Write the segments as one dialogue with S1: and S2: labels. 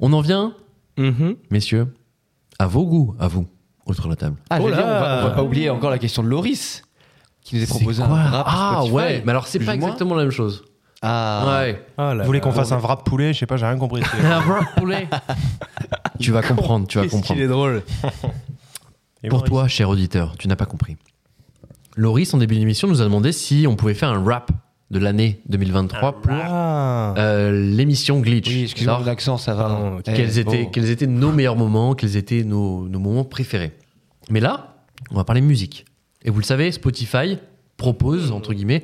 S1: On en vient,
S2: Mhm.
S1: messieurs, à vos goûts, à vous, autour de la table.
S3: Ah,
S2: Oh
S3: j'allais
S2: là
S3: dire, on, va, on va pas oublier encore la question de Loris qui nous est proposé un rap
S1: Ah
S3: Spotify.
S1: ouais, mais alors c'est
S3: plus
S1: pas
S3: ou moins.
S1: exactement la même chose.
S3: Ah.
S1: Ouais.
S2: Ah là
S4: Vous voulez
S2: là.
S4: qu'on fasse un wrap poulet Je sais pas, j'ai rien compris. C'est-
S1: tu vas comprendre, tu vas
S2: Qu'est-ce qu'il
S1: comprendre.
S2: est drôle.
S4: Et
S1: Pour
S4: Maurice
S1: toi, cher auditeur, tu n'as pas compris. Loris, en début d'émission, nous a demandé si on pouvait faire un rap de l'année 2023 pour
S2: Ah.
S1: euh, l'émission Glitch.
S3: Oui, excusez-moi
S1: Alors,
S3: mon accent, ça va.
S2: Pardon,
S3: Eh,
S1: quels, étaient,
S3: bon.
S1: quels étaient nos meilleurs moments, quels étaient nos, nos moments préférés. Mais là, on va parler musique. Et vous le savez, Spotify propose, entre guillemets,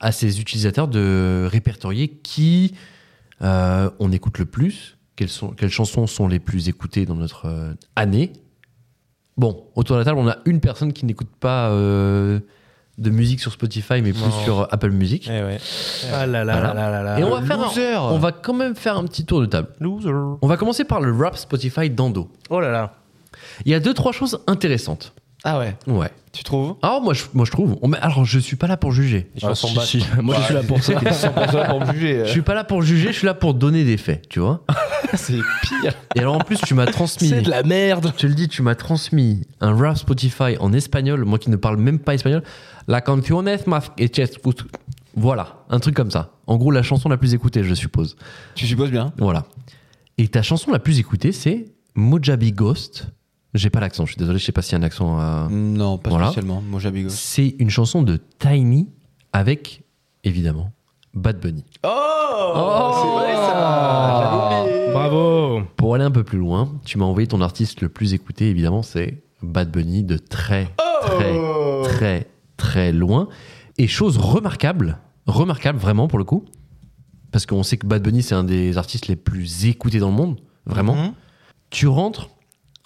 S1: à ses utilisateurs de répertorier qui euh, on écoute le plus, quelles, sont, quelles chansons sont les plus écoutées dans notre euh, année. Bon, autour de la table, on a une personne qui n'écoute pas euh, de musique sur Spotify, mais plus
S2: Non.
S1: sur euh, Apple Music.
S2: Eh ouais. Ah là là
S1: Voilà.
S2: là là là.
S1: Et on va, faire
S3: Euh, loser.
S1: un- on va quand même faire un petit tour de table.
S4: Loser.
S1: On va commencer par le rap Spotify d'Ando.
S2: Oh là là.
S1: Il y a deux, trois choses intéressantes.
S3: Ah ouais,
S1: Ouais.
S3: tu trouves
S1: Alors, moi, je, moi, je trouve. on- mais alors, je suis pas là pour juger.
S4: Les
S2: Ah,
S4: chansons
S2: si,
S4: basses.
S2: si. Moi, je suis là pour ça.
S3: pour me juger.
S1: Je suis pas là pour juger, je suis là pour donner des faits, tu vois.
S3: C'est pire.
S1: Et alors, en plus, tu m'as transmis.
S2: C'est de la merde.
S1: Je te le dis, tu m'as transmis un rap Spotify en espagnol, moi qui ne parle même pas espagnol. La canción es más que chest- Voilà, un truc comme ça. En gros, la chanson la plus écoutée, je suppose.
S3: Tu supposes bien
S1: Voilà. Et ta chanson la plus écoutée, c'est Mojabi Ghost. J'ai pas l'accent, je suis désolé, je sais pas s'il y a un accent euh, à.
S3: Non, pas
S1: Voilà.
S3: spécialement. Moi, j'abigo.
S1: C'est une chanson de Tiny avec, évidemment, Bad Bunny.
S3: Oh,
S1: vrai,
S2: Oh.
S3: ça
S2: Bravo.
S1: Pour aller un peu plus loin, tu m'as envoyé ton artiste le plus écouté, évidemment, c'est Bad Bunny de très, très, très, très loin. Et chose remarquable, remarquable vraiment pour le coup, parce qu'on sait que Bad Bunny, c'est un des artistes les plus écoutés dans le monde, vraiment.
S2: Mhm.
S1: Tu rentres,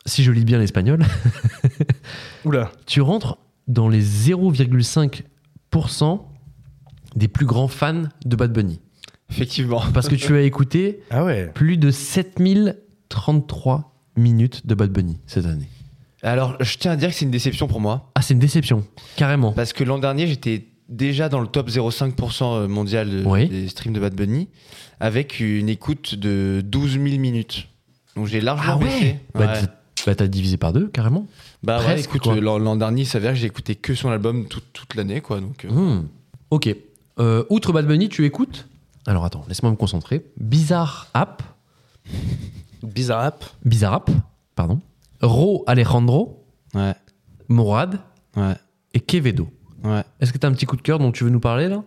S1: si je lis bien l'espagnol,
S2: Oula.
S1: tu rentres dans les 0,5% des plus grands fans de Bad Bunny.
S3: Effectivement.
S1: Parce que tu as écouté
S2: Ah ouais.
S1: plus de 7033 minutes de Bad Bunny cette année.
S3: Alors, je tiens à dire que c'est une déception pour moi.
S1: Ah, c'est une déception, carrément.
S3: Parce que l'an dernier, j'étais déjà dans le top 0,5% euh, mondial de-
S1: Oui.
S3: des streams de Bad Bunny avec une écoute de 12 000 minutes. Donc j'ai largement
S1: Ah ouais
S3: baissé.
S1: Bah,
S3: Ouais.
S1: t'as- bah, t'as divisé par deux, carrément.
S3: Bah ouais,
S1: presque,
S3: écoute,
S1: quoi.
S3: euh, l'an l'an dernier, il s'avère que j'ai écouté que son album tout- toute l'année, quoi. Donc, euh,
S1: Hmm. Ok. Euh, outre Bad Bunny, tu écoutes Alors attends, laisse-moi me concentrer. Bizarre App,
S2: Bizarre app.
S1: Bizarre App, pardon. Ro Alejandro,
S3: ouais,
S1: Morad
S3: ouais,
S1: et Quevedo.
S3: ouais.
S1: Est-ce que t'as un petit coup de cœur dont tu veux nous parler là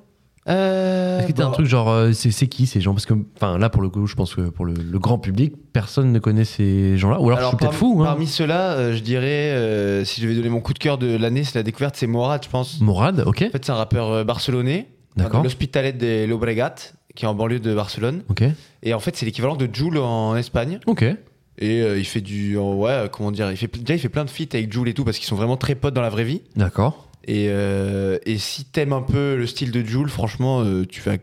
S3: Euh,
S1: Est-ce que t'as
S4: Bah.
S3: bon,
S1: un truc genre euh, c'est c'est qui ces gens Parce que enfin là pour le coup, je pense que pour le, le grand public, personne ne connaît ces gens-là. Ou alors, je suis peut-être
S3: parmi-
S1: fou. Hein.
S3: Parmi ceux-là, euh, je dirais, euh, si je devais donner mon coup de cœur de l'année, c'est la découverte, c'est Morad, je pense.
S1: Morad, ok,
S3: En fait, c'est un rappeur euh, barcelonais,
S1: D'accord.
S3: de l'Hospitalet de l'Obregat, qui est en banlieue de Barcelone.
S1: ok,
S3: Et en fait, c'est l'équivalent de Joule en Espagne.
S1: ok.
S3: Et euh, il fait du. euh, ouais, euh, comment dire il fait, Déjà, il fait plein de feats avec Joule et tout, parce qu'ils sont vraiment très potes dans la vraie vie.
S1: D'accord.
S3: Et, euh, et si t'aimes un peu le style de Joule, franchement, euh, tu vas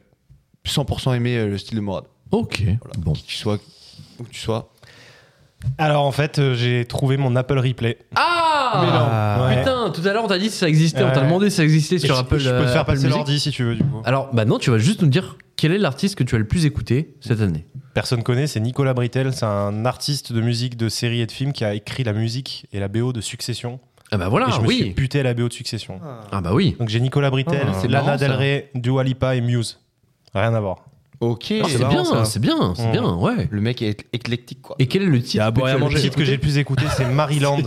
S3: 100% aimer euh, le style de Morad.
S1: Ok.
S3: Voilà.
S1: Bon.
S3: Qui que tu sois. Où que tu sois.
S4: Alors en fait, euh, j'ai trouvé mon Apple Replay.
S1: Ah
S4: Mais non.
S1: Putain, tout à l'heure on t'a dit si ça existait, on t'a
S4: Ouais.
S1: demandé si ça existait sur
S4: Et je-
S1: Apple.
S4: Je peux te
S1: euh,
S4: faire
S1: Apple
S4: passer
S1: Music.
S4: l'ordi si tu veux du coup.
S2: Ah.
S1: Alors, bah non, tu vas juste nous dire quel est l'artiste que tu as le plus écouté cette année.
S4: Personne connaît, c'est Nicolas Britel, c'est un artiste de musique de séries et de films qui a écrit la musique et la BO de Succession.
S1: Ah bah
S4: et
S1: voilà,
S4: je me suis
S1: oui.
S4: buté à la BO de Succession.
S1: Ah bah oui.
S4: Donc j'ai Nicolas Britel,
S3: Ah, c'est marrant,
S4: Lana Del
S3: ça.
S4: Rey, Dua Lipa et Muse. Rien à voir.
S3: Ok.
S1: Ah, c'est
S4: marrant,
S1: bien,
S4: ça.
S1: c'est bien, c'est
S4: Ouais.
S1: bien, ouais.
S3: Le mec est éclectique, quoi.
S1: Et quel est le titre
S2: à
S1: que
S2: boire
S1: tu
S2: et à
S1: as le
S2: manger.
S1: plus
S4: Le titre que j'ai
S1: écouté
S4: le plus écouté, c'est Maryland.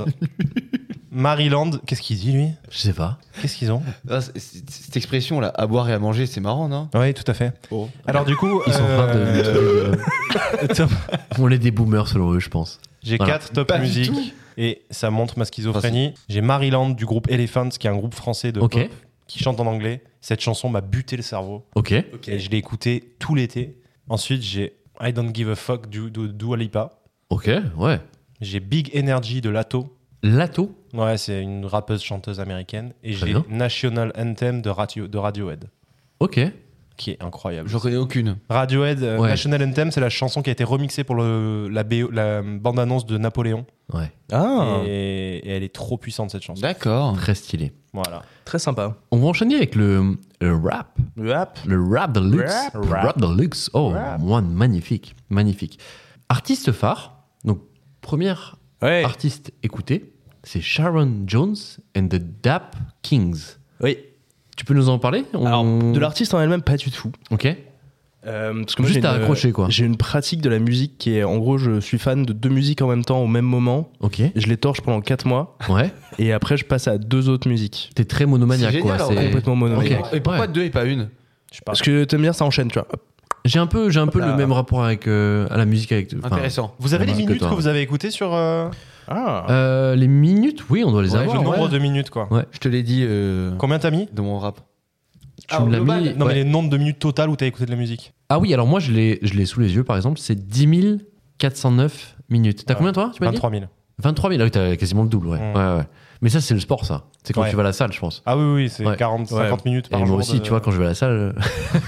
S4: Maryland, qu'est-ce qu'il dit lui
S1: Je sais pas.
S4: Qu'est-ce qu'ils ont
S3: Ah, c'est- c'est- cette expression là, à boire et à manger, c'est marrant, non
S4: Ouais, tout à fait.
S3: Oh,
S4: Alors du coup,
S1: Ils sont en train de-
S4: euh, top-
S1: On est des boomers selon eux, je pense.
S4: j'ai
S1: Voilà.
S4: quatre top
S3: Pas du tout.
S4: musique et ça montre ma schizophrénie. J'ai Maryland du groupe Elephants, qui est un groupe français de
S1: Ok.
S4: pop qui chante en anglais. Cette chanson m'a buté le cerveau
S1: Ok.
S4: et je l'ai écoutée tout l'été. Ensuite, j'ai I Don't Give a Fuck du, du, Dua Lipa.
S1: Ok, ouais.
S4: J'ai Big Energy de Lato.
S1: Lato.
S4: Ouais, c'est une rappeuse chanteuse américaine. Et
S1: Très
S4: j'ai
S1: bien.
S4: National Anthem de, Radio, de Radiohead,
S1: Ok.
S4: qui est incroyable.
S3: Je connais aucune.
S4: Radiohead, euh,
S1: Ouais.
S4: National Anthem, c'est la chanson qui a été remixée pour le- la, BO la bande-annonce de Napoléon.
S1: Ouais.
S2: Ah.
S4: Et, et elle est trop puissante, cette chanson.
S3: D'accord.
S1: Très stylé.
S4: Voilà.
S2: Très sympa.
S1: On va enchaîner avec le, le rap.
S2: Le app.
S1: Le rap de luxe.
S2: Rap.
S1: Rap de luxe. Oh,
S2: Rap.
S1: one, magnifique. Magnifique. Artiste phare, donc première
S2: Ouais.
S1: artiste écoutée, c'est Sharon Jones and the Dap Kings.
S2: Oui.
S1: Tu peux nous en parler On-
S2: Alors, de l'artiste en elle-même, pas du tout.
S1: Ok.
S2: Euh, parce que moi,
S1: Juste
S2: j'ai
S1: à
S2: une-
S1: accrocher, quoi.
S2: J'ai une pratique de la musique qui est, en gros, je suis fan de deux musiques en même temps, au même moment.
S1: Ok.
S2: Je les torche pendant 4 mois
S1: Ouais.
S2: et après, je passe à deux autres musiques.
S1: T'es très monomaniaque,
S3: C'est
S1: quoi.
S3: génial,
S1: c'est-
S3: alors,
S2: Complètement monomaniaque.
S1: Ok.
S3: Et pourquoi
S1: Ouais.
S3: deux et pas une
S4: Je parle.
S2: Parce que t'aimes bien, ça enchaîne, tu vois. Hop.
S1: J'ai un peu, j'ai un peu
S2: Là.
S1: le même rapport avec euh, à la musique avec. enfin,
S3: Intéressant.
S4: Vous avez
S1: Ouais,
S4: les
S1: parce que
S4: minutes que,
S1: toi,
S4: vous avez écoutées sur. euh,
S2: Ah.
S1: euh, les minutes, oui, on doit les
S3: Ouais,
S1: avoir.
S4: le
S3: je-
S1: ouais.
S4: nombre de minutes, quoi.
S1: Ouais.
S3: Je te l'ai dit euh,
S4: Combien t'as mis
S3: dans mon rap.
S1: Tu me l'as mis-
S4: Non,
S1: Ouais.
S4: mais les nombres de minutes totales où t'as écouté de la musique.
S1: Ah oui, alors moi je l'ai, je l'ai sous les yeux par exemple, c'est 10 409 minutes. T'as
S4: Ouais.
S1: combien toi tu m'as dit
S4: 23 000.
S1: 23 000. Ah oui, t'as quasiment le double, ouais.
S4: Mm.
S1: ouais, ouais. Mais ça, c'est le sport, ça. C'est quand
S4: Ouais.
S1: tu vas à la salle, je pense.
S4: Ah oui, oui, c'est
S1: Ouais.
S4: 40, 50 minutes
S1: Et
S4: par
S1: moi
S4: jour.
S1: aussi,
S4: de-
S1: tu vois, quand je vais à la salle.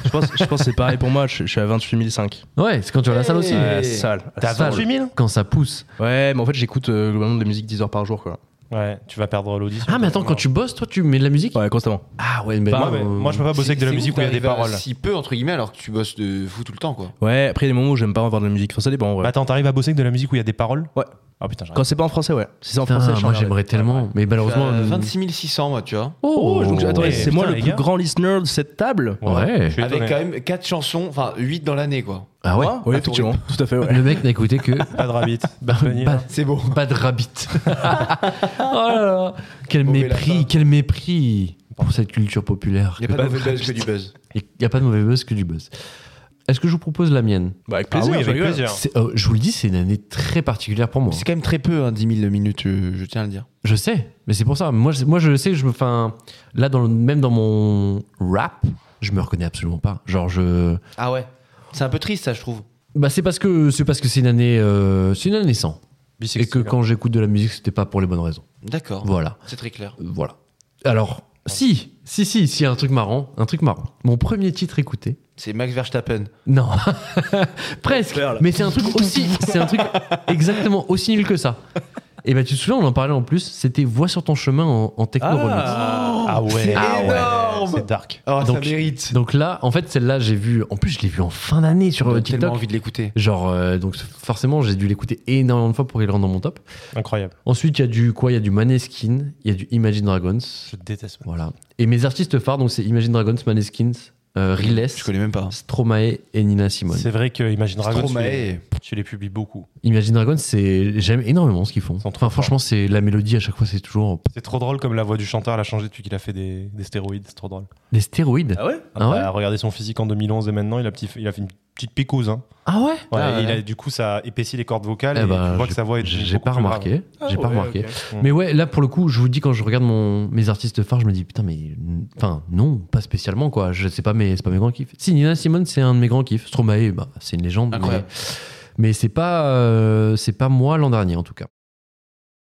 S2: Je pense, je pense que c'est pareil pour moi, je, je suis à 28 500.
S1: euh, ouais, c'est quand tu vas à la salle aussi.
S3: Hey.
S2: Ouais, Ah, sale.
S1: T'as
S2: Sale.
S1: 28 000 Quand ça pousse.
S2: Ouais, mais en fait, j'écoute euh, globalement de la musique 10 heures par jour, quoi.
S4: Ouais, tu vas perdre l'audition.
S1: Ah, mais attends, quand tu bosses, toi, tu mets de la musique
S2: Ouais, constamment.
S1: Ah ouais, mais
S2: Bah,
S4: Moi,
S1: moi,
S4: mais-
S1: euh,
S4: moi, je peux pas bosser avec de la
S3: C'est-
S4: musique
S3: c'est
S4: où il y a
S3: où
S4: des
S3: t'arrives à
S4: paroles.
S3: Si peu, entre guillemets, alors que tu bosses de fou tout le temps, quoi.
S2: Ouais, après, il y a des moments où j'aime pas avoir de la musique. Enfin, ça dépend, ouais.
S4: Bah, attends, t'arrives à bosser avec de la musique où il y a des paroles
S2: Ouais.
S4: Ah putain, j'arrive.
S2: Quand c'est pas en français, ouais. Si c'est en
S1: putain,
S2: français, je suis
S1: moi
S2: en merde.
S1: j'aimerais tellement. Mais malheureusement.
S3: Je suis à
S1: euh,
S3: 26 600, moi, tu vois.
S1: Oh,
S2: Donc, attendez,
S4: Ouais,
S2: c'est moi
S4: putain,
S2: le
S4: les
S2: plus
S4: gars.
S2: grand listener de cette table
S1: Ouais.
S4: Je suis
S3: Avec
S4: étonné.
S3: quand même 4 chansons, enfin 8 dans l'année, quoi.
S1: Ah ouais
S2: Oui,
S3: à
S2: effectivement, tout à fait, ouais.
S1: Le mec n'a écouté que.
S4: Pas de rabbit.
S1: Bah,
S4: Vanilla.
S1: pas-
S3: C'est beau.
S1: Pas de rabbit. oh là là. Quel
S3: Mauvais lapin.
S1: mépris, quel mépris pour cette culture populaire.
S3: Il n'y a pas de mauvais buzz que du buzz.
S1: Il n'y a pas de mauvais buzz que du buzz. Est-ce que je vous propose la mienne
S2: Bah, avec
S4: Ah oui,
S2: plaisir, je
S4: avec
S2: rigole.
S4: plaisir.
S1: C'est- euh, Je vous le dis, c'est une année très particulière pour moi.
S3: C'est quand même très peu, hein, 10 000 minutes, euh, je tiens à le dire.
S1: Je sais, mais c'est pour ça. Moi, je- moi je sais que je me. Enfin, là, dans le- même dans mon rap, je me reconnais absolument pas. Genre, je.
S3: Ah ouais C'est un peu triste, ça, je trouve.
S1: Bah, c'est parce que c'est parce que c'est une année, euh, c'est une année sans, et que quand j'écoute de la musique, c'était pas pour les bonnes raisons.
S3: D'accord.
S1: Voilà.
S3: C'est très clair.
S1: Voilà. Alors, si, si, si, si, un truc marrant, un truc marrant. Mon premier titre écouté.
S3: C'est Max Verstappen.
S1: Non, presque.
S2: Faire, là.
S1: Mais c'est un truc aussi, c'est un truc exactement aussi nul que ça. Et ben tu te souviens, on en parlait en plus. C'était Voix sur ton chemin en, en techno remix.
S4: Ah ouais,
S3: C'est
S4: ah ouais.
S3: énorme.
S4: c'est dark.
S3: Oh,
S1: Donc-
S3: ça mérite.
S1: Donc là, en fait, celle-là, j'ai vu. En plus, je l'ai vu en fin d'année sur euh,
S3: J'ai tellement
S1: TikTok.
S3: envie de l'écouter.
S1: Genre, euh, donc forcément, j'ai dû l'écouter énormément de fois pour qu'il rentre dans mon top.
S4: Incroyable.
S1: Ensuite, il y a du quoi Il y a du Maneskin, il y a du Imagine Dragons.
S4: Je déteste.
S1: Voilà. Et mes artistes phares, donc c'est Imagine Dragons, Maneskin, euh, Riles,
S3: Je connais même pas.
S1: Stromae et Nina Simone.
S4: C'est vrai que Imagine Dragons, tu les,
S3: Stromae.
S4: tu les publies beaucoup.
S1: Imagine Dragons, c'est j'aime énormément ce qu'ils font.
S4: Ils sont trop
S1: Enfin, franchement, c'est la mélodie à chaque fois, c'est toujours
S4: C'est trop drôle comme la voix du chanteur, elle a changé depuis qu'il a fait des, des stéroïdes. C'est trop drôle.
S1: les stéroïdes.
S2: Ah ouais
S1: Ah ouais
S4: Bah, regardez son physique en 2011 et maintenant, il a, petit, il a fait une petite picouse. Hein.
S1: Ah ouais
S4: Ouais,
S3: Ah
S4: et
S3: ouais.
S4: Il a, du coup, ça épaissit les cordes vocales.
S1: Eh
S4: et
S1: ben,
S4: tu vois que
S1: j'ai-
S4: sa voix est.
S1: J'ai
S4: beaucoup
S1: pas
S4: plus grave.
S1: remarqué. J'ai pas
S2: Ah ouais,
S1: remarqué.
S2: ok.
S1: Mais ouais, là pour le coup, je vous dis quand je regarde mon, mes artistes phares, je me dis putain mais enfin non, pas spécialement quoi. Je sais pas mais c'est pas mes grands kiffs. Si Nina Simone, c'est un de mes grands kiffs. Stromae, bah, c'est une légende. mais-
S3: Incroyable.
S1: Mais, c'est pas euh, c'est pas moi l'an dernier en tout cas.